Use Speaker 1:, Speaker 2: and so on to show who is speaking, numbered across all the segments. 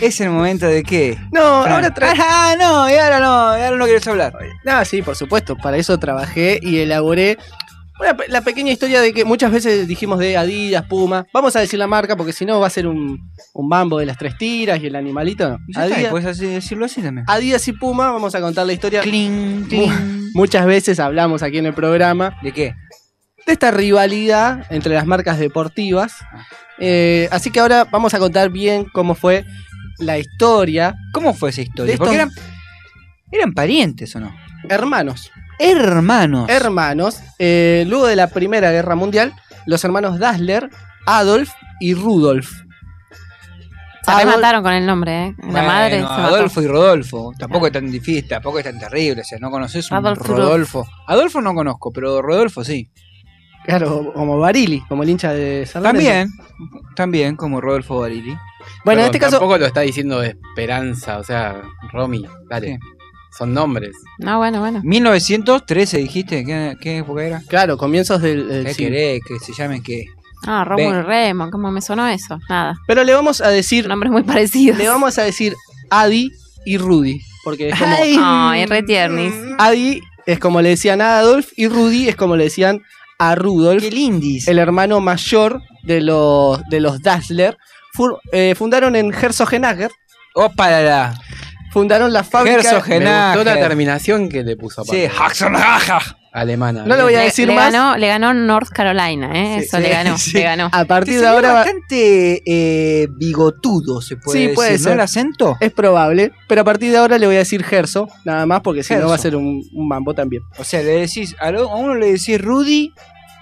Speaker 1: ¿Es el momento de qué?
Speaker 2: No, ahora tra-
Speaker 1: Ah, no, y ahora no, y ahora no quieres hablar.
Speaker 2: No, sí, por supuesto. Para eso trabajé y elaboré una pe- la pequeña historia de que muchas veces dijimos de Adidas, Puma. Vamos a decir la marca porque si no va a ser un, un mambo de las tres tiras y el animalito. no.
Speaker 1: Ah, Ya Ah, está, pues. y
Speaker 2: Adidas,
Speaker 1: Puedes así- decirlo así también.
Speaker 2: Adidas y Puma, vamos a contar la historia.
Speaker 1: Cling, cling.
Speaker 2: Muchas veces hablamos aquí en el programa
Speaker 1: ¿De qué?
Speaker 2: de esta rivalidad entre las marcas deportivas. Eh, así que ahora vamos a contar bien cómo fue la historia.
Speaker 1: ¿Cómo fue esa historia?
Speaker 2: De
Speaker 1: Porque eran,
Speaker 2: estos-
Speaker 1: eran parientes o no.
Speaker 2: Hermanos.
Speaker 1: Hermanos.
Speaker 2: hermanos, eh, luego de la Primera Guerra Mundial, los hermanos Dassler, Adolf y Rudolf.
Speaker 3: Se
Speaker 2: Adol-
Speaker 3: remataron con el nombre, ¿eh? La
Speaker 1: Bueno,
Speaker 3: madre. se mató.
Speaker 1: Adolfo y Rodolfo. Tampoco es tan difícil, tampoco es tan terrible. O sea, no conoces un
Speaker 3: Adolfo.
Speaker 1: Rodolfo. Adolfo no conozco, pero Rodolfo sí.
Speaker 2: Claro, como Barili, como el hincha de San Lorenzo.
Speaker 1: También, también como Rodolfo Barili.
Speaker 2: Bueno, en
Speaker 4: Perdón,
Speaker 2: este caso,
Speaker 4: Tampoco lo está diciendo de Esperanza, o sea, Romy, dale.
Speaker 1: Sí.
Speaker 4: Son nombres.
Speaker 3: No, Ah, bueno, bueno.
Speaker 1: 1913 dijiste, ¿qué, qué época era?
Speaker 2: claro, comienzos del, del
Speaker 1: ¿Qué
Speaker 2: siglo.
Speaker 1: querés? Que se llamen qué.
Speaker 3: Ah, Rómulo
Speaker 1: Ve.
Speaker 3: y Remo, ¿cómo me sonó eso? Nada.
Speaker 2: Pero le vamos a decir,
Speaker 3: Nombres muy parecidos.
Speaker 2: le vamos a decir Adi y Rudy, porque es como
Speaker 3: Ay, re tiernis.
Speaker 2: Adi es como le decían a Adolf y Rudy es como le decían a Rudolf.
Speaker 1: Qué lindis.
Speaker 2: el hermano mayor de los de los Dassler fu- eh, fundaron en Herzogenager,
Speaker 1: Opa, la, la.
Speaker 2: fundaron la fábrica
Speaker 4: Me gustó la
Speaker 1: Herzogenaje.
Speaker 4: terminación que le puso
Speaker 1: Sí,
Speaker 4: aparte.
Speaker 1: Jackson, jaja.
Speaker 4: Alemana. ¿eh?
Speaker 2: No lo voy a
Speaker 3: Le-
Speaker 2: decir
Speaker 3: le
Speaker 2: más.
Speaker 3: Ganó, le ganó North Carolina, ¿eh?
Speaker 2: Sí,
Speaker 3: eso
Speaker 2: sí,
Speaker 3: le ganó,
Speaker 2: sí. Ah,
Speaker 3: le ganó.
Speaker 2: A
Speaker 1: Te
Speaker 2: partir de
Speaker 1: salió
Speaker 2: ahora va-
Speaker 1: bastante eh, bigotudo, se puede
Speaker 2: Sí,
Speaker 1: decir.
Speaker 2: puede
Speaker 1: ¿no?
Speaker 2: ser.
Speaker 1: ¿El acento?
Speaker 2: es probable, pero a partir de ahora le voy a decir Gerso, nada más, porque si no
Speaker 1: Gerso.
Speaker 2: va a ser un, un mambo también.
Speaker 1: O sea, le decís, a, lo- a uno le decís Rudy,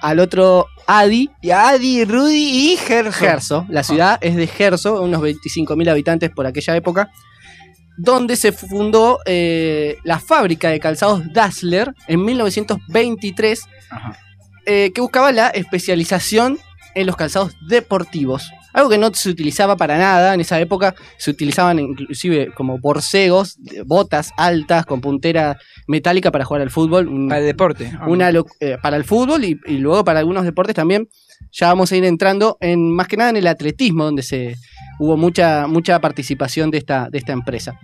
Speaker 2: Al otro, Adi
Speaker 1: y a Adi, Rudy y Gerson.
Speaker 2: Gerso.
Speaker 1: Ah.
Speaker 2: La ciudad es de Gerso, unos 25.000 habitantes por aquella época, donde se fundó eh, la fábrica de calzados Dassler en 1923,
Speaker 1: Ajá.
Speaker 2: eh, que buscaba la especialización en los calzados deportivos. Algo que no se utilizaba para nada en esa época, se utilizaban inclusive como borcegos, de- botas altas con puntera metálica para jugar al fútbol. un-
Speaker 1: Para el deporte.
Speaker 2: una lo- eh, para el fútbol y, y luego para algunos deportes también. Ya vamos a ir entrando en más que nada en el atletismo, donde se hubo mucha, mucha participación de esta, de esta empresa.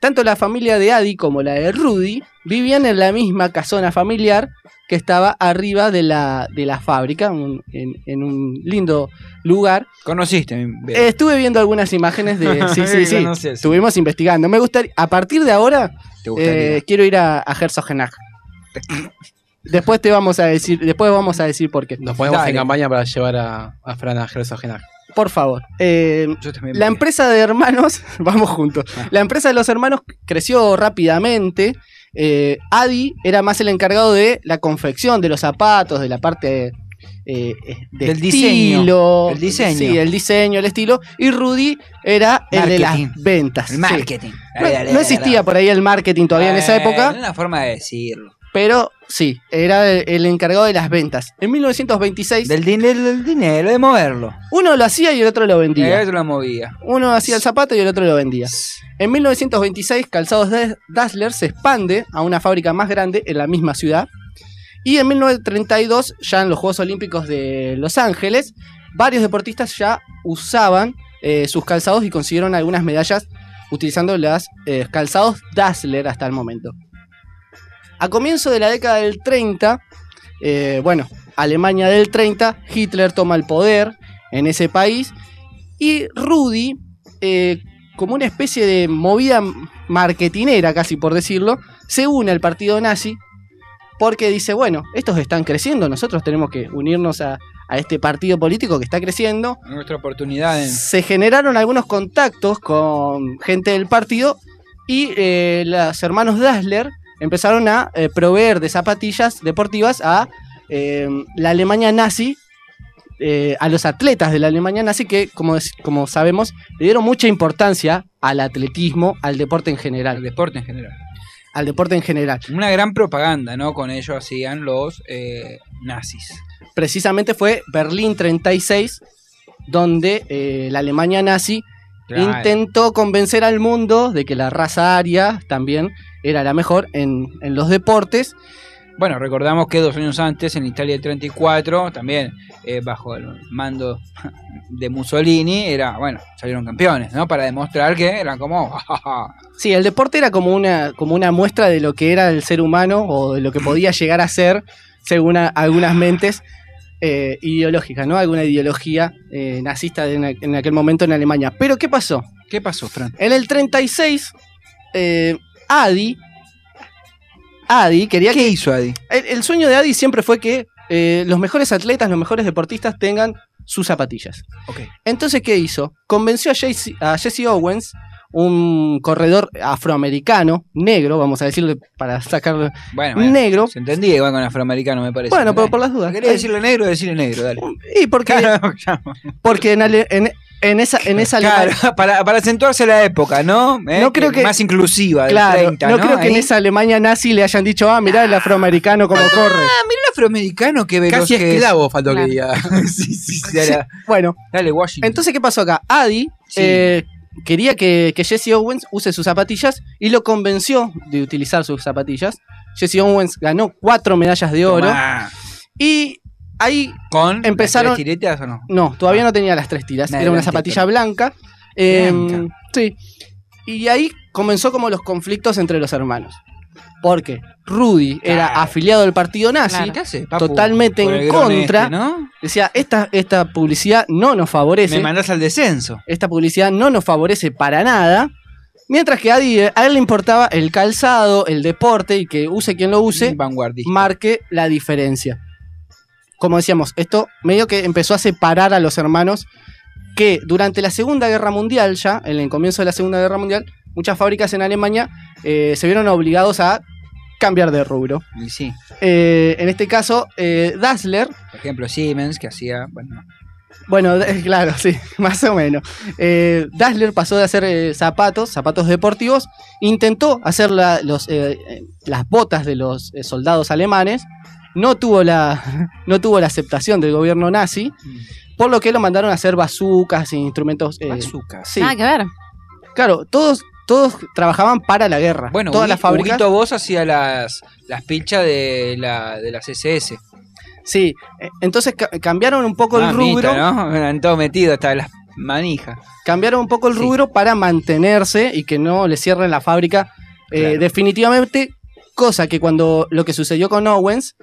Speaker 2: Tanto la familia de Adi como la de Rudy vivían en la misma casona familiar que estaba arriba de la, de la fábrica, un- en, en un lindo lugar.
Speaker 1: Conociste. mi-
Speaker 2: Eh, estuve viendo algunas imágenes de... Sí, sí, sí.
Speaker 1: Conocí eso.
Speaker 2: Estuvimos investigando. Me gustaría, a partir de ahora,
Speaker 1: Te gustaría.
Speaker 2: eh, quiero ir a, a Herzogenaurach. Después te vamos a decir, después vamos a decir por qué.
Speaker 4: Nos ponemos
Speaker 1: Dale.
Speaker 4: en campaña para llevar a, a Fran a Herzogena.
Speaker 2: Por favor. Eh,
Speaker 1: Yo también
Speaker 2: la
Speaker 1: voy.
Speaker 2: empresa de hermanos, vamos juntos.
Speaker 1: Ah.
Speaker 2: La empresa de los hermanos creció rápidamente. Eh, Adi era más el encargado de la confección de los zapatos, de la parte eh, eh, de
Speaker 1: Del diseño.
Speaker 2: estilo.
Speaker 1: El diseño.
Speaker 2: Sí, el diseño, el estilo. Y Rudy era el de las
Speaker 1: Marketing.
Speaker 2: ventas.
Speaker 1: El
Speaker 2: sí.
Speaker 1: marketing.
Speaker 2: No,
Speaker 1: Dale, dale,
Speaker 2: no
Speaker 1: dale,
Speaker 2: existía
Speaker 1: dale.
Speaker 2: por ahí el marketing todavía en esa
Speaker 1: Eh,
Speaker 2: época.
Speaker 1: Una forma de decirlo.
Speaker 2: Pero sí, era el, el encargado de las ventas. En 1926,
Speaker 1: Del dinero, del dinero, de moverlo.
Speaker 2: uno lo hacía y el otro lo
Speaker 1: Y
Speaker 2: vendía.
Speaker 1: otro la movía.
Speaker 2: Uno hacía el zapato y el otro lo vendía. En 1926, Calzados Das- Dassler se expande a una fábrica más grande en la misma ciudad. Y en 1932, ya en los Juegos Olímpicos de Los Ángeles, varios deportistas ya usaban eh, sus calzados y consiguieron algunas medallas utilizando los calzados Dassler hasta el momento. A comienzo de la década del 30, eh, bueno, Alemania del 30, Hitler toma el poder en ese país y Rudy, eh, como una especie de movida marketinera, casi por decirlo, se une al partido nazi porque dice, bueno, estos están creciendo, nosotros tenemos que unirnos a- a este partido político que está creciendo
Speaker 1: Nuestra oportunidad en.
Speaker 2: se generaron algunos contactos con gente del partido y eh, los hermanos Dassler empezaron a eh, proveer de zapatillas deportivas a eh, la Alemania nazi, eh, a los atletas de la Alemania nazi que, como, es- como sabemos, le dieron mucha importancia al atletismo, al deporte en
Speaker 1: El
Speaker 2: general.
Speaker 1: deporte en general.
Speaker 2: Al deporte en general.
Speaker 1: Una gran propaganda, ¿no? Con ello hacían los eh, nazis.
Speaker 2: Precisamente fue Berlín 36, donde eh, la Alemania nazi
Speaker 1: Claro.
Speaker 2: Intentó convencer al mundo de que la raza aria también era la mejor en, en los deportes.
Speaker 1: Bueno, recordamos que dos años antes, en Italia del 34, también eh, bajo el mando de Mussolini, era, bueno, salieron campeones, ¿no? Para demostrar que eran como...
Speaker 2: Sí, el deporte era como una, como una muestra de lo que era el ser humano o de lo que podía llegar a ser, según a- algunas mentes eh, ideológicas, ¿no? Alguna ideología eh, nazista de en, a- en aquel momento en Alemania. Pero, ¿qué pasó?
Speaker 1: ¿Qué pasó, Fran?
Speaker 2: En el 36, eh, Adi. Adi quería que.
Speaker 1: ¿Qué hizo Adi?
Speaker 2: El, el sueño de Adi siempre fue que eh, los mejores atletas, los mejores deportistas tengan sus zapatillas.
Speaker 1: Ok.
Speaker 2: Entonces, ¿qué hizo? Convenció a Jesse, a Jesse Owens, un corredor afroamericano, negro, vamos a decirle para sacar
Speaker 1: Bueno, bueno,
Speaker 2: negro.
Speaker 1: se entendía igual con afroamericano, me parece.
Speaker 2: Bueno, pero
Speaker 1: pero
Speaker 2: por las dudas.
Speaker 1: Quería decirle negro, decirle negro, dale.
Speaker 2: Y porque,
Speaker 1: Claro, ya.
Speaker 2: porque en, Ale- en- en esa, en esa Alemania-
Speaker 1: Claro, para, para acentuarse la época, ¿no? ¿Eh?
Speaker 2: No creo que-
Speaker 1: Más inclusiva, del
Speaker 2: claro,
Speaker 1: 30,
Speaker 2: no,
Speaker 1: no,
Speaker 2: creo que en
Speaker 1: Ahí.
Speaker 2: esa Alemania nazi le hayan dicho, ah, mirá el afroamericano como corre.
Speaker 1: Ah, mira el afroamericano que veloz
Speaker 4: Casi
Speaker 1: que es.
Speaker 4: esclavo faltó
Speaker 3: Claro.
Speaker 4: que diga.
Speaker 1: sí, sí, sí, dale,
Speaker 2: Bueno,
Speaker 1: dale, Washington.
Speaker 2: Entonces, ¿qué pasó acá? Adi
Speaker 1: Sí.
Speaker 2: eh, quería que, que Jesse Owens use sus zapatillas y lo convenció de utilizar sus zapatillas. Jesse Owens ganó cuatro medallas de oro
Speaker 1: Tomá.
Speaker 2: y ahí,
Speaker 1: ¿Con
Speaker 2: Empezaron-
Speaker 1: las tres tireteas o no?
Speaker 2: no, todavía
Speaker 1: Ah.
Speaker 2: no tenía las tres tiras,
Speaker 1: Me
Speaker 2: era una
Speaker 1: adelanté,
Speaker 2: zapatilla
Speaker 1: pero-
Speaker 2: blanca. Eh,
Speaker 1: Blanca.
Speaker 2: sí. Y ahí comenzó como los conflictos entre los hermanos. Porque Rudy era
Speaker 1: Claro.
Speaker 2: afiliado al partido nazi,
Speaker 3: Claro.
Speaker 1: ¿Qué hace, papu?
Speaker 2: Totalmente
Speaker 1: Por el
Speaker 2: en
Speaker 1: grone
Speaker 2: contra.
Speaker 1: este, ¿no?
Speaker 2: decía, esta, esta publicidad no nos favorece.
Speaker 1: Me mandás al descenso.
Speaker 2: esta publicidad no nos favorece para nada. Mientras que a, Adi- a él le importaba el calzado, el deporte y que use quien lo use,
Speaker 1: Vanguardista.
Speaker 2: marque la diferencia. Como decíamos, esto medio que empezó a separar a los hermanos que durante la Segunda Guerra Mundial, ya en el comienzo de la Segunda Guerra Mundial, muchas fábricas en Alemania eh, se vieron obligados a cambiar de rubro.
Speaker 1: Y sí.
Speaker 2: Eh, en este caso, eh, Dassler
Speaker 1: Por ejemplo, Siemens, que hacía. Bueno,
Speaker 2: Bueno, de- claro, sí, más o menos. Eh, Dassler pasó de hacer eh, zapatos, zapatos deportivos, intentó hacer la- los, eh, eh, las botas de los eh, soldados alemanes, no tuvo, la, no tuvo la aceptación del gobierno nazi, por lo que lo mandaron a hacer bazucas e instrumentos... eh,
Speaker 1: azúcar.
Speaker 2: sí,
Speaker 3: Nada Ah, que ver.
Speaker 2: claro, todos, todos trabajaban para la guerra.
Speaker 1: Bueno,
Speaker 2: todas
Speaker 1: Hugu-
Speaker 2: las fábricas...
Speaker 1: Huguito Boss hacía las, las pilchas de, la, de las SS.
Speaker 2: Sí, eh, entonces ca- cambiaron un poco el
Speaker 1: Mamita,
Speaker 2: rubro.
Speaker 1: ¿no? Eran todo metido hasta las manijas.
Speaker 2: cambiaron un poco el
Speaker 1: Sí.
Speaker 2: rubro para mantenerse y que no le cierren la fábrica eh,
Speaker 1: Claro.
Speaker 2: definitivamente, cosa que cuando lo que sucedió con Owens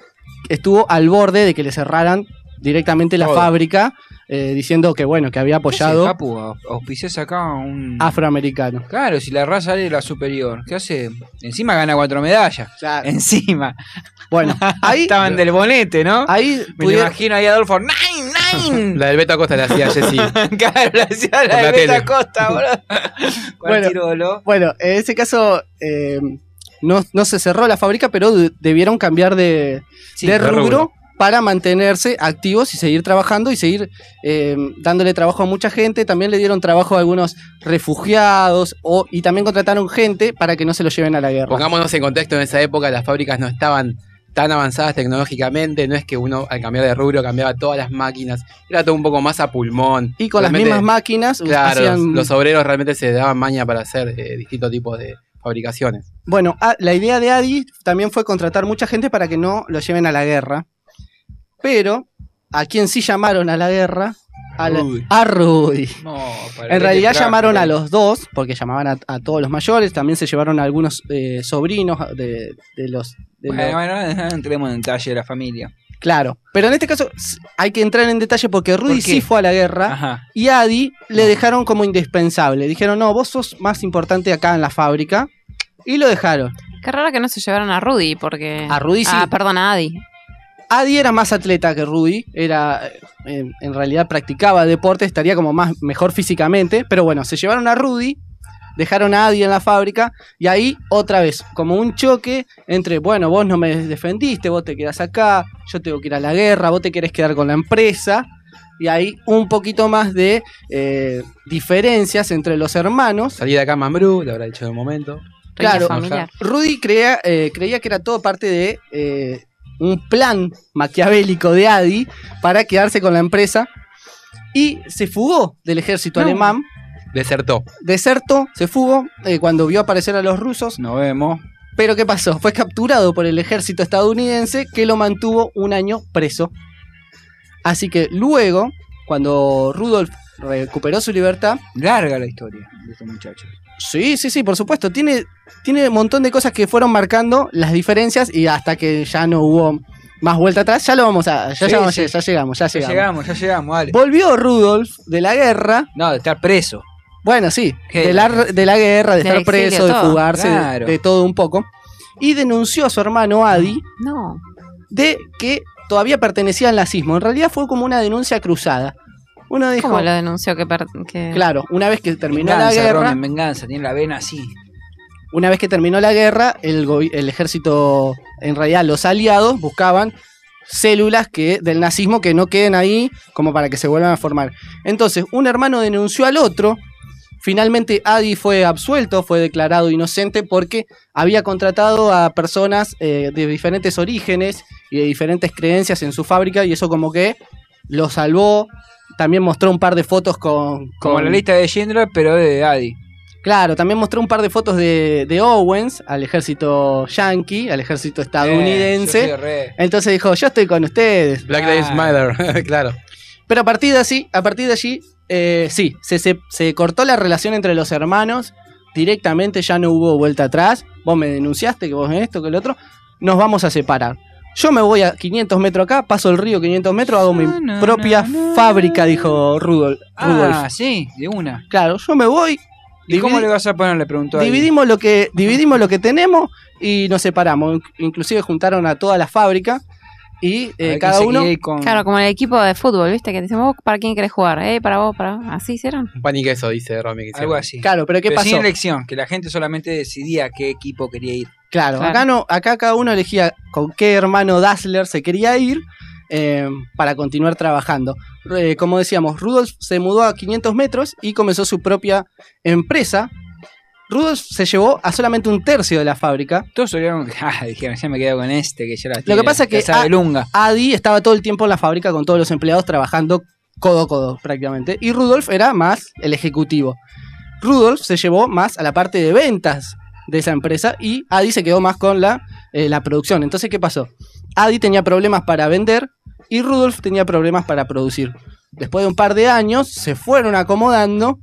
Speaker 2: estuvo al borde de que le cerraran directamente la
Speaker 1: Todo.
Speaker 2: fábrica eh, diciendo que bueno, que había
Speaker 1: ¿Qué haces,
Speaker 2: apoyado
Speaker 1: Papu? Au- Auspicias acá a un.
Speaker 2: afroamericano.
Speaker 1: Claro, si la raza era la superior. ¿Qué hace? Encima gana cuatro medallas. Encima.
Speaker 2: Eh,
Speaker 1: Ah,
Speaker 2: Bueno, Ah. ahí,
Speaker 1: Estaban del bonete, ¿no?
Speaker 2: ahí
Speaker 1: Me lo
Speaker 2: pudieron-
Speaker 1: imagino ahí a Adolfo. ¡Nine, nine!
Speaker 4: La del Beto Acosta la hacía Jessy.
Speaker 1: Claro, la ciudad
Speaker 4: Por
Speaker 1: de
Speaker 4: la
Speaker 1: Beta
Speaker 4: tele.
Speaker 1: Costa, boludo.
Speaker 2: Bueno.
Speaker 1: Bueno. Tirolo.
Speaker 2: Bueno, en ese caso eh, no, no se cerró la fábrica, pero de- debieron cambiar de,
Speaker 1: Sí,
Speaker 2: de
Speaker 4: de
Speaker 2: rubro,
Speaker 4: rubro.
Speaker 2: para mantenerse activos y seguir trabajando y seguir eh, dándole trabajo a mucha gente. También le dieron trabajo a algunos refugiados o, y también contrataron gente para que no se lo lleven a la guerra.
Speaker 4: Pongámonos en contexto, en esa época las fábricas no estaban tan avanzadas tecnológicamente, no es que uno al cambiar de rubro cambiaba todas las máquinas, era todo un poco más a pulmón.
Speaker 2: Y con las
Speaker 4: Realmente,
Speaker 2: mismas máquinas eh,
Speaker 4: Claro,
Speaker 2: hacían-
Speaker 4: los obreros realmente se daban maña para hacer eh, distintos tipos de fabricaciones.
Speaker 2: Bueno, a- la idea de Adi también fue contratar mucha gente para que no lo lleven a la guerra. Pero, ¿a quién sí llamaron a la guerra? A, la-
Speaker 1: Rudy.
Speaker 2: a Rudy.
Speaker 1: No, para
Speaker 2: En
Speaker 1: que
Speaker 2: realidad
Speaker 1: te traje,
Speaker 2: llamaron a
Speaker 1: boludo.
Speaker 2: los dos, porque llamaban a, a todos los mayores, también se llevaron a algunos eh, sobrinos de, de los... de
Speaker 1: Bueno,
Speaker 2: los-
Speaker 1: bueno, no entremos en detalle de la familia.
Speaker 2: Claro, pero en este caso s- hay que entrar en detalle porque Rudy
Speaker 1: qué?
Speaker 2: sí fue a la guerra
Speaker 1: Ajá.
Speaker 2: y a Adi le
Speaker 1: No.
Speaker 2: dejaron como indispensable. Dijeron, no, vos sos más importante acá en la fábrica. Y lo dejaron.
Speaker 3: Qué raro que no se llevaron a Rudy, porque.
Speaker 2: A Rudy sí.
Speaker 3: Ah, perdón, a Adi.
Speaker 2: Adi era más atleta que Rudy, era eh, en realidad practicaba deporte, estaría como más mejor físicamente, pero bueno, se llevaron a Rudy, dejaron a Adi en la fábrica y ahí otra vez como un choque entre, bueno, vos no me defendiste, vos te quedás acá, yo tengo que ir a la guerra, vos te querés quedar con la empresa y ahí un poquito más de eh, diferencias entre los hermanos.
Speaker 4: Salí de acá Mambrú, lo habrá dicho en un momento.
Speaker 2: Claro.
Speaker 3: Claro. familiar.
Speaker 2: Rudy creía, eh, creía que era todo parte de eh, un plan maquiavélico de Adi para quedarse con la empresa y se fugó del ejército
Speaker 1: No.
Speaker 2: alemán,
Speaker 4: Desertó.
Speaker 2: deserto, se fugó eh, cuando vio aparecer a los rusos
Speaker 1: Nos vemos.
Speaker 2: Pero ¿qué pasó? Fue capturado por el ejército estadounidense que lo mantuvo un año preso. Así que luego, cuando Rudolf recuperó su libertad,
Speaker 1: Larga la historia de este estos muchachos.
Speaker 2: sí, sí, sí, por supuesto, tiene, tiene un montón de cosas que fueron marcando las diferencias y hasta que ya no hubo más vuelta atrás, ya lo vamos a... Ya,
Speaker 1: Sí,
Speaker 2: llegamos,
Speaker 1: sí.
Speaker 2: ya llegamos, ya
Speaker 1: Ya
Speaker 2: llegamos.
Speaker 1: llegamos, ya llegamos, dale.
Speaker 2: Volvió Rudolf de la guerra
Speaker 1: No, de estar preso.
Speaker 2: Bueno, sí,
Speaker 1: Que-
Speaker 2: de la, de la guerra, de
Speaker 3: Del
Speaker 2: estar
Speaker 3: exilio,
Speaker 2: preso, de
Speaker 3: todo.
Speaker 2: fugarse, de-
Speaker 1: Claro.
Speaker 2: de todo un poco. Y denunció a su hermano Adi
Speaker 3: No.
Speaker 2: de que todavía pertenecía al nazismo. En realidad fue como una denuncia cruzada. Uno dijo,
Speaker 3: ¿Cómo lo denunció que, per- que-
Speaker 2: claro, una vez que terminó
Speaker 1: venganza,
Speaker 2: la guerra,
Speaker 1: Ronen, venganza, tiene la vena así.
Speaker 2: una vez que terminó la guerra, el, gobi- el ejército, en realidad los aliados buscaban células que, del nazismo que no queden ahí como para que se vuelvan a formar. Entonces, un hermano denunció al otro. Finalmente Adi fue absuelto, fue declarado inocente porque había contratado a personas eh, de diferentes orígenes y de diferentes creencias en su fábrica y eso como que lo salvó. También mostró un par de fotos con...
Speaker 1: Como
Speaker 2: con-
Speaker 1: la lista de Schindler, pero de Adi.
Speaker 2: Claro, también mostró un par de fotos de, de Owens al ejército yankee, al ejército
Speaker 1: Eh,
Speaker 2: estadounidense.
Speaker 1: yo soy re-
Speaker 2: Entonces dijo, yo estoy con ustedes.
Speaker 4: Black Lives
Speaker 1: Ah.
Speaker 4: Matter, claro.
Speaker 2: Pero a partir de así, a partir de allí, eh, sí, se, se- se cortó la relación entre los hermanos. Directamente ya no hubo vuelta atrás. Vos me denunciaste que vos esto, que el otro. Nos vamos a separar. Yo me voy a 500 metros acá, paso el río 500 metros, hago mi
Speaker 1: Na, na,
Speaker 2: propia
Speaker 1: na, na.
Speaker 2: fábrica, dijo Rudolf. Rudolf.
Speaker 1: Ah, sí, de una.
Speaker 2: Claro, yo me voy.
Speaker 1: ¿Y cómo
Speaker 2: dividi-
Speaker 1: le vas a poner? Le preguntó Adi.
Speaker 2: dividimos lo que dividimos lo que tenemos y nos separamos Inc- inclusive juntaron a toda la fábrica y
Speaker 1: A
Speaker 2: eh,
Speaker 1: ver
Speaker 2: cada
Speaker 1: quién se
Speaker 2: uno
Speaker 1: quiere ir con-
Speaker 3: Claro, como el equipo de fútbol, ¿viste? Que te dicen, vos para quién querés jugar. Eh, para vos, para vos. ¿Así hicieron?
Speaker 4: Un pan y queso, dice Romy. que
Speaker 1: algo
Speaker 4: hicieron.
Speaker 1: así.
Speaker 2: claro pero qué
Speaker 1: Pero
Speaker 2: pasó
Speaker 1: sin elección, que la gente solamente decidía a qué equipo quería ir.
Speaker 2: claro,
Speaker 3: Claro.
Speaker 2: acá no acá cada uno elegía con qué hermano Dassler se quería ir eh, para continuar trabajando Eh, como decíamos Rudolf se mudó a 500 metros y comenzó su propia empresa Rudolf se llevó a solamente un tercio de la fábrica
Speaker 1: Todos solían. Ah, dijeron, ya me quedo con este, que ya la
Speaker 2: que pasa que- ah,
Speaker 1: sabe lunga.
Speaker 2: Adi estaba todo el tiempo en la fábrica con todos los empleados trabajando codo a codo prácticamente. Y Rudolf era más el ejecutivo. Rudolf se llevó más a la parte de ventas de esa empresa y Adi se quedó más con la, eh, la producción. Entonces, ¿qué pasó? Adi tenía problemas para vender y Rudolf tenía problemas para producir. Después de un par de años se fueron acomodando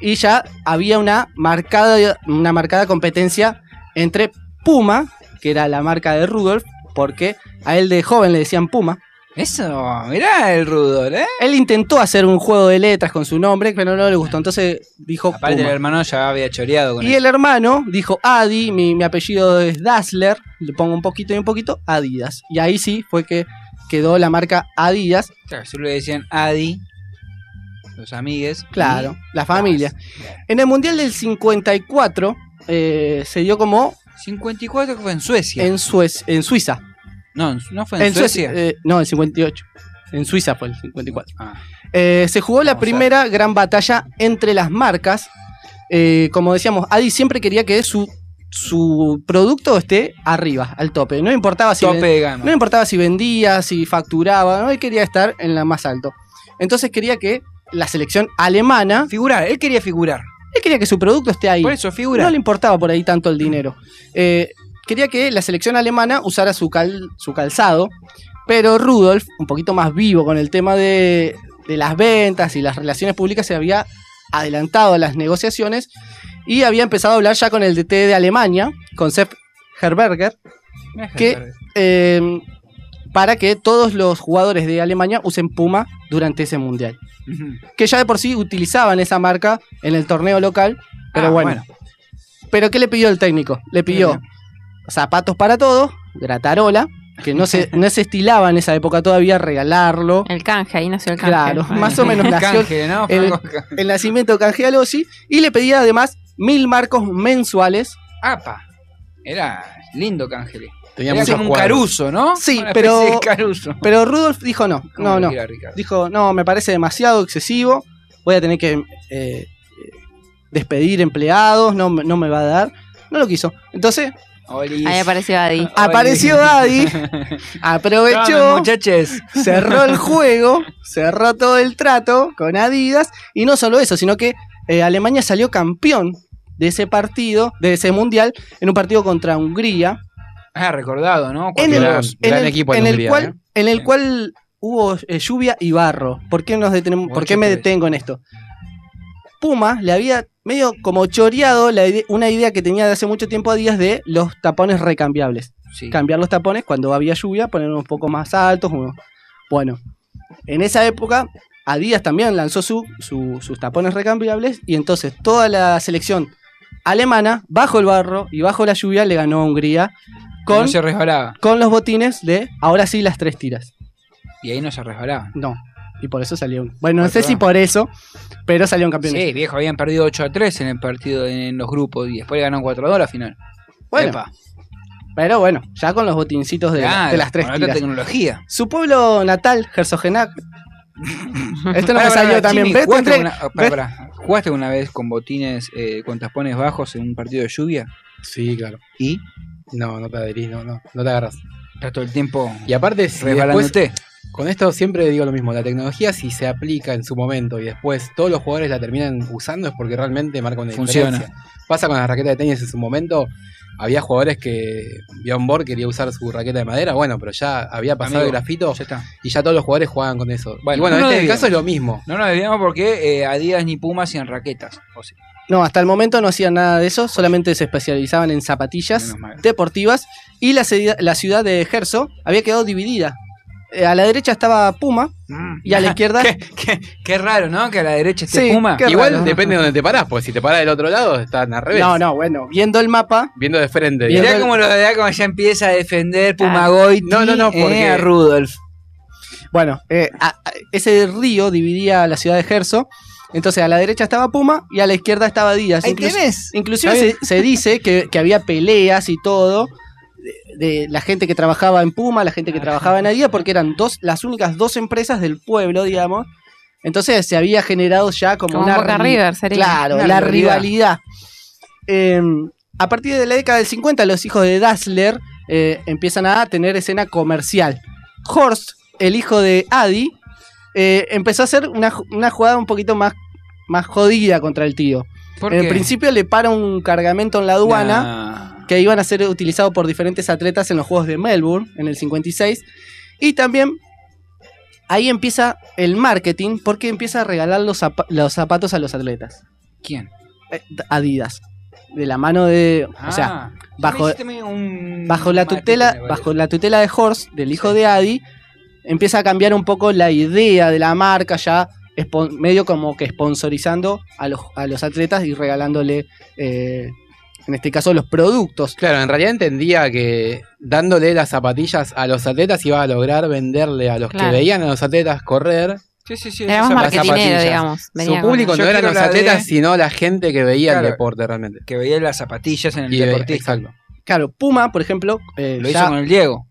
Speaker 2: y ya había una marcada, una marcada competencia entre Puma, que era la marca de Rudolf, porque a él de joven le decían Puma.
Speaker 1: Eso, mirá el Rudolf, ¿eh?
Speaker 2: Él intentó hacer un juego de letras con su nombre, pero no le gustó. Entonces dijo
Speaker 1: Aparte, el
Speaker 2: Puma.
Speaker 1: hermano ya había choreado con
Speaker 2: Y
Speaker 1: él.
Speaker 2: el hermano dijo Adi, mi, mi apellido es Dassler, le pongo un poquito y un poquito, Adidas. Y ahí sí fue que quedó la marca Adidas,
Speaker 1: Claro, solo le decían Adi, los amigues.
Speaker 2: claro,
Speaker 1: y-
Speaker 2: la familia. En el Mundial del 54 eh, se dio como
Speaker 1: 54 que fue en Suecia.
Speaker 2: en, Suez- en Suiza.
Speaker 1: No, en- no fue en, Suecia.
Speaker 2: eh, no, en 58. En Suiza fue el 54.
Speaker 1: Ah,
Speaker 2: Eh, se jugó la
Speaker 1: Vamos a ver.
Speaker 2: primera gran batalla entre las marcas. Eh, como decíamos, Adi siempre quería que su, su producto esté arriba, al tope. No importaba si,
Speaker 1: tope
Speaker 2: ven-
Speaker 1: de gama.
Speaker 2: no importaba si vendía, si facturaba, ¿no? él quería estar en la más alto. Entonces quería que la selección alemana,
Speaker 1: Figurar, él quería figurar.
Speaker 2: él quería que su producto esté ahí.
Speaker 1: Por eso, figurar.
Speaker 2: No le importaba por ahí tanto el dinero. Eh, quería que la selección alemana usara su, cal- su calzado, pero Rudolf, un poquito más vivo con el tema de, de las ventas y las relaciones públicas, se había adelantado a las negociaciones y había empezado a hablar ya con el DT de Alemania, con Sepp Herberger,
Speaker 1: Me deja
Speaker 2: que-
Speaker 1: perder.
Speaker 2: eh, para que todos los jugadores de Alemania usen Puma durante ese mundial.
Speaker 1: Ujú.
Speaker 2: Que ya de por sí utilizaban esa marca en el torneo local, pero
Speaker 1: Ah,
Speaker 2: bueno. Pero ¿qué le pidió el técnico? Le
Speaker 1: Eh,
Speaker 2: pidió zapatos para todos, gratarola, que no se, no se estilaba en esa época todavía regalarlo.
Speaker 3: El canje, ahí nació el canje.
Speaker 2: Claro,
Speaker 3: Ahí.
Speaker 2: más o menos nació
Speaker 1: Canje, ¿no?
Speaker 2: el-
Speaker 1: Franco, ca-
Speaker 2: el nacimiento de Lossi y le pedía además mil marcos mensuales.
Speaker 1: Apa. Era lindo Cangele.
Speaker 4: Tenía
Speaker 1: Era
Speaker 4: muchos
Speaker 1: como un
Speaker 4: cuadros.
Speaker 1: Caruso, ¿no?
Speaker 2: Sí,
Speaker 1: Una
Speaker 2: pero-
Speaker 1: especie de Caruso.
Speaker 2: Pero Rudolf dijo no,
Speaker 1: ¿Cómo
Speaker 2: no,
Speaker 1: lo
Speaker 2: no.
Speaker 1: quiera, Ricardo?
Speaker 2: Dijo, no, me parece demasiado excesivo, voy a tener que eh, despedir empleados, no, me- no me va a dar. No lo quiso. Entonces
Speaker 1: Olis.
Speaker 3: Ahí apareció Adi.
Speaker 2: apareció Daddy, aprovechó.
Speaker 1: Tomen, muchachos.
Speaker 2: cerró el juego, cerró todo el trato con Adidas. Y no solo eso, sino que eh, Alemania salió campeón de ese partido, de ese mundial, en un partido contra Hungría,
Speaker 1: Ah, recordado, ¿no?
Speaker 2: en
Speaker 1: Cuando
Speaker 2: el,
Speaker 1: era-
Speaker 4: Gran-
Speaker 2: en
Speaker 4: gran
Speaker 2: el-
Speaker 4: equipo de
Speaker 2: en el
Speaker 4: Hungría,
Speaker 2: cual,
Speaker 4: ¿eh?
Speaker 2: en el
Speaker 1: Sí.
Speaker 2: cual hubo eh, lluvia y barro. ¿Por qué nos detenemos? ¿Por
Speaker 1: Ocho
Speaker 2: qué me
Speaker 1: tres.
Speaker 2: detengo en esto? Puma le había medio como choreado la ide- una idea que tenía de hace mucho tiempo a días de los tapones recambiables.
Speaker 1: Sí.
Speaker 2: Cambiar los tapones cuando había lluvia, ponerlos un poco más altos. como- Bueno, en esa época Adidas también lanzó su- su- sus tapones recambiables y entonces toda la selección alemana, bajo el barro y bajo la lluvia, le ganó a Hungría
Speaker 1: Con...
Speaker 2: con
Speaker 1: No se resbalaba.
Speaker 2: con los botines de ahora sí las tres tiras.
Speaker 1: Y ahí no se resbalaba.
Speaker 2: No. Y por eso salió. Bueno, no
Speaker 1: Ah,
Speaker 2: sé
Speaker 1: claro.
Speaker 2: si por eso, pero salió un campeón.
Speaker 1: Sí, viejo, habían perdido 8 a 3 en el partido en los grupos y después le ganaron 4 a 2 a la final.
Speaker 2: Bueno,
Speaker 1: Epa,
Speaker 2: pero bueno, ya con los botincitos de,
Speaker 1: claro,
Speaker 2: de las tres
Speaker 1: con otra
Speaker 2: tiras.
Speaker 1: tecnología.
Speaker 2: Su pueblo natal, Herzogenac. Esto no
Speaker 1: Pará, pará,
Speaker 2: me salió
Speaker 1: pará,
Speaker 2: también.
Speaker 1: Jimmy,
Speaker 2: ¿Ves?
Speaker 1: ¿jugaste,
Speaker 2: Tendré-
Speaker 1: alguna- pará, pará, ¿Jugaste alguna vez con botines, eh, con tapones bajos en un partido de lluvia?
Speaker 4: Sí, claro.
Speaker 1: ¿Y?
Speaker 4: No, no te adherís, no, no, no te agarras.
Speaker 1: Estás todo el tiempo
Speaker 4: Y aparte, si después,
Speaker 1: resbalándote.
Speaker 4: con esto siempre digo lo mismo, la tecnología si se aplica en su momento y después todos los jugadores la terminan usando es porque realmente marca una
Speaker 1: Funciona.
Speaker 4: diferencia. Pasa con las raquetas de tenis en su momento, había jugadores que Bjorn Borg quería usar su raqueta de madera, bueno, pero ya había pasado
Speaker 1: Amigo,
Speaker 4: el grafito
Speaker 1: Ya está.
Speaker 4: y ya todos los jugadores jugaban con eso.
Speaker 1: Bueno,
Speaker 4: Bueno, y bueno,
Speaker 1: no
Speaker 4: en este
Speaker 1: debíamos.
Speaker 4: caso es lo mismo.
Speaker 1: No nos debíamos porque eh, Adidas ni Pumas hacían raquetas. O sea,
Speaker 2: No, hasta el momento no hacían nada de eso, solamente se especializaban en zapatillas
Speaker 1: menos mal.
Speaker 2: deportivas y la, cedi- la ciudad de Herzo había quedado dividida. Eh, a la derecha estaba Puma
Speaker 1: Mm.
Speaker 2: y a la izquierda
Speaker 1: qué, qué- qué raro, ¿no? Que a la derecha esté
Speaker 2: Sí,
Speaker 1: Puma.
Speaker 2: qué
Speaker 4: Igual
Speaker 2: raro.
Speaker 4: depende de donde te parás, porque si te parás del otro lado están al revés.
Speaker 2: No, no, bueno, viendo el mapa,
Speaker 4: Viendo de frente.
Speaker 2: Bien.
Speaker 1: Mirá
Speaker 4: digamos.
Speaker 1: como, lo, mirá como ya empieza a
Speaker 2: Ah.
Speaker 1: defender Pumagoy.
Speaker 4: No, no, no, porque-
Speaker 1: a Rudolf.
Speaker 2: Bueno, eh, a- a- ese río dividía la ciudad de Gerso. Entonces a la derecha estaba Puma y a la izquierda estaba Díaz.
Speaker 1: Ahí
Speaker 2: Incluso-
Speaker 1: tenés.
Speaker 2: inclusive se, se dice que, que había peleas y todo de, de la gente que trabajaba en Puma, la gente que trabajaba en Adidas, porque eran dos, las únicas dos empresas del pueblo, digamos. Entonces se había generado ya como,
Speaker 3: Como
Speaker 2: una
Speaker 3: Boca
Speaker 2: ri-
Speaker 3: River sería.
Speaker 2: Claro,
Speaker 1: Una
Speaker 2: la
Speaker 1: rivalidad.
Speaker 2: rivalidad. Eh, a partir de la década del 50, los hijos de Dazzler eh, empiezan a tener escena comercial. Horst, el hijo de Adi, eh, empezó a hacer una, ju- una jugada un poquito más, más jodida contra el tío.
Speaker 1: ¿Por
Speaker 2: En
Speaker 1: qué?
Speaker 2: principio le para un cargamento en la aduana
Speaker 1: Nah.
Speaker 2: que iban a ser utilizados por diferentes atletas en los Juegos de Melbourne en el 56. Y también ahí empieza el marketing porque empieza a regalar los, zapa- los zapatos a los atletas.
Speaker 1: ¿Quién?
Speaker 2: Eh, Adidas. De la mano de. O sea,
Speaker 1: Ah, ya me
Speaker 2: bajo-
Speaker 1: hiciste medio un-
Speaker 2: bajo la
Speaker 1: un matiz,
Speaker 2: tutela,
Speaker 1: me parece.
Speaker 2: bajo la tutela de Horst, del hijo
Speaker 1: Sí.
Speaker 2: de Adi, empieza a cambiar un poco la idea de la marca, ya espon- medio como que sponsorizando a los, a los atletas y regalándole. eh, en este caso, los productos.
Speaker 4: Claro, en realidad entendía que dándole las zapatillas a los atletas iba a lograr venderle a los
Speaker 3: Claro.
Speaker 4: que veían a los atletas correr.
Speaker 1: Sí, sí, sí.
Speaker 3: Era más
Speaker 1: esa-
Speaker 4: marketing.
Speaker 3: marketinero,
Speaker 4: zapatillas.
Speaker 3: digamos. Venía
Speaker 4: Su público
Speaker 1: con-
Speaker 4: no
Speaker 1: Yo
Speaker 4: eran
Speaker 1: quiero
Speaker 4: los
Speaker 1: la de-
Speaker 4: atletas, sino la gente que veía
Speaker 1: Claro.
Speaker 4: el deporte realmente.
Speaker 1: Que veía las zapatillas en el
Speaker 4: Y veía-
Speaker 1: deportista.
Speaker 4: exacto.
Speaker 2: Claro, Puma, por ejemplo, eh,
Speaker 1: Lo
Speaker 2: ya-
Speaker 1: hizo con el Diego.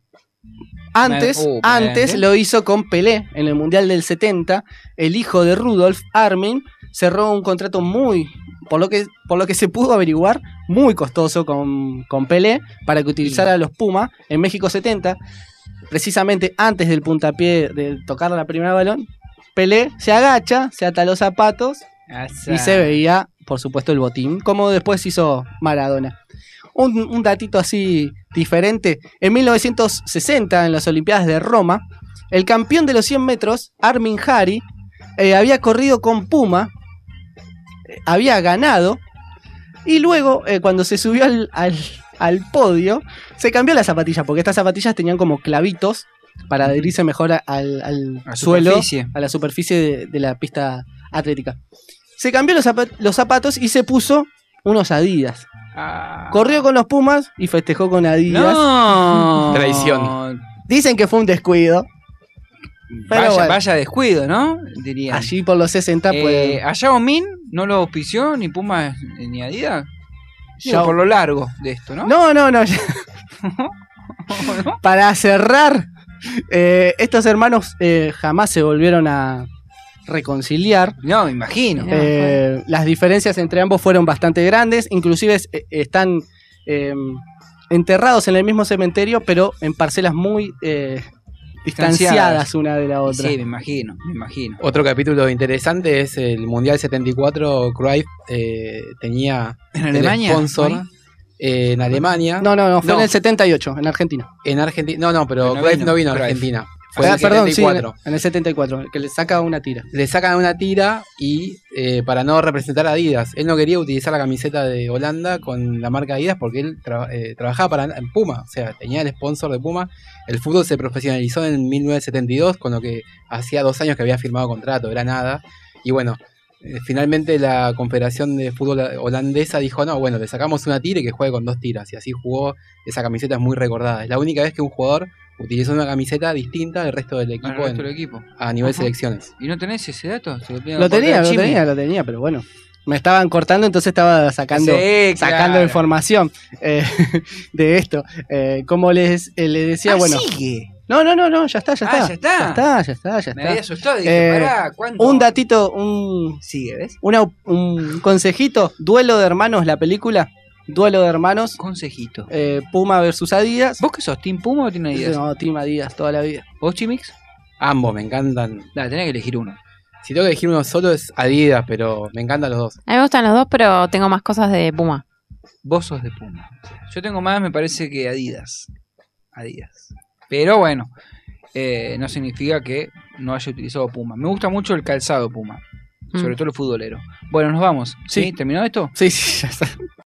Speaker 2: Antes,
Speaker 1: Me- uh,
Speaker 2: antes
Speaker 1: me-
Speaker 2: lo hizo con Pelé en el Mundial del 70. El hijo de Rudolf, Armin, cerró un contrato muy, por lo que, por lo que se pudo averiguar, muy costoso con, con Pelé para que utilizara a los Puma en México 70. Precisamente antes del puntapié de tocar la primera balón, Pelé se agacha, se ata los zapatos y se veía, por supuesto, el botín, como después hizo Maradona. Un, un datito así diferente. En 1960, en las Olimpiadas de Roma, el campeón de los 100 metros, Armin Hari, eh, había corrido con Puma, eh, había ganado, y luego, eh, cuando se subió al, al- al podio, se cambió las zapatillas, porque estas zapatillas tenían como clavitos para adherirse mejor a- al, al
Speaker 1: A
Speaker 2: suelo
Speaker 1: superficie.
Speaker 2: a la superficie de, de la pista atlética. Se cambió los, zapa- los zapatos y se puso unos Adidas.
Speaker 1: Ah.
Speaker 2: Corrió con los Pumas y festejó con Adidas.
Speaker 1: No.
Speaker 4: Traición.
Speaker 2: Dicen que fue un descuido. Pero
Speaker 1: Vaya,
Speaker 2: bueno.
Speaker 1: vaya descuido, ¿no? Diría.
Speaker 2: Allí por los 60
Speaker 1: Eh,
Speaker 2: pues
Speaker 1: a Yao Min no lo auspició ni Pumas eh, ni Adidas. Digo,
Speaker 2: Yao-
Speaker 1: por lo largo de esto, ¿no?
Speaker 2: No, no, no. ya-
Speaker 1: ¿No?
Speaker 2: Para cerrar, eh, estos hermanos eh, jamás se volvieron a reconciliar.
Speaker 1: No, me imagino.
Speaker 3: No,
Speaker 2: Eh, las diferencias entre ambos fueron bastante grandes, inclusive es- eh, están eh, enterrados en el mismo cementerio, pero en parcelas muy eh, distanciadas una de la otra.
Speaker 1: Sí, me imagino, me imagino.
Speaker 4: Otro capítulo interesante es el Mundial 74. Cruyff eh, tenía
Speaker 1: ¿En Alemania?
Speaker 4: el sponsor eh, en Alemania.
Speaker 2: No, no, no, fue
Speaker 4: No.
Speaker 2: en el 78, en Argentina.
Speaker 4: En Argentina. No, no, pero
Speaker 1: Pero no
Speaker 4: Cruyff
Speaker 1: vino,
Speaker 4: no vino a
Speaker 1: Cruyff.
Speaker 4: Argentina. Fue
Speaker 2: Ah,
Speaker 4: en el
Speaker 2: perdón, sí,
Speaker 4: 74.
Speaker 2: en- en el 74, que le saca una tira.
Speaker 4: Le sacan una tira y eh, para no representar a Adidas. Él no quería utilizar la camiseta de Holanda con la marca Adidas porque él tra- eh, trabajaba para en Puma, o sea, tenía el sponsor de Puma. El fútbol se profesionalizó en 1972, con lo que hacía dos años que había firmado contrato, era nada. Y bueno, eh, finalmente la Confederación de Fútbol Holandesa dijo, no, bueno, le sacamos una tira y que juegue con dos tiras. Y así jugó, esa camiseta es muy recordada. Es la única vez que un jugador utilizó una camiseta distinta del resto del equipo,
Speaker 1: Bueno, el resto
Speaker 4: en-
Speaker 1: del equipo.
Speaker 4: a nivel
Speaker 1: Ajá.
Speaker 4: selecciones.
Speaker 1: ¿Y no tenés ese dato? Se pido
Speaker 2: Lo
Speaker 1: por
Speaker 2: tenía,
Speaker 1: el
Speaker 2: lo
Speaker 1: Jimmy.
Speaker 2: tenía, lo tenía, pero bueno. Me estaban cortando, entonces estaba sacando,
Speaker 1: Sí,
Speaker 2: sacando
Speaker 1: claro.
Speaker 2: información eh, de esto. Eh, como les, eh, les decía,
Speaker 1: Ah,
Speaker 2: bueno.
Speaker 1: sigue.
Speaker 2: No, no, no, no, ya está, ya
Speaker 1: Ah,
Speaker 2: está.
Speaker 1: ya está.
Speaker 2: Ya está, ya está, ya
Speaker 1: Me
Speaker 2: está.
Speaker 1: había asustado. Dije,
Speaker 2: Eh,
Speaker 1: pará, ¿cuándo?
Speaker 2: Un datito, un,
Speaker 1: Sigue, ¿ves?
Speaker 2: una- un consejito. Duelo de hermanos, la película. Duelo de hermanos.
Speaker 1: Consejito.
Speaker 2: eh, Puma versus Adidas.
Speaker 1: ¿Vos qué sos? ¿Team Puma o Team Adidas?
Speaker 2: No, Team Adidas toda la vida.
Speaker 1: ¿Vos, Chimix?
Speaker 4: Ambos me encantan.
Speaker 1: Dale, tenés que elegir uno.
Speaker 4: Si tengo que elegir uno solo es Adidas, pero me encantan los dos.
Speaker 3: A mí me gustan los dos, pero tengo más cosas de Puma.
Speaker 1: Vos sos de Puma. Yo tengo más, me parece que Adidas. Adidas. Pero bueno, eh, no significa que no haya utilizado Puma. Me gusta mucho el calzado Puma,
Speaker 3: Mm.
Speaker 1: sobre todo el futbolero. Bueno, nos vamos. ¿Sí?
Speaker 2: Sí.
Speaker 1: ¿Terminó esto?
Speaker 2: Sí, sí, ya está.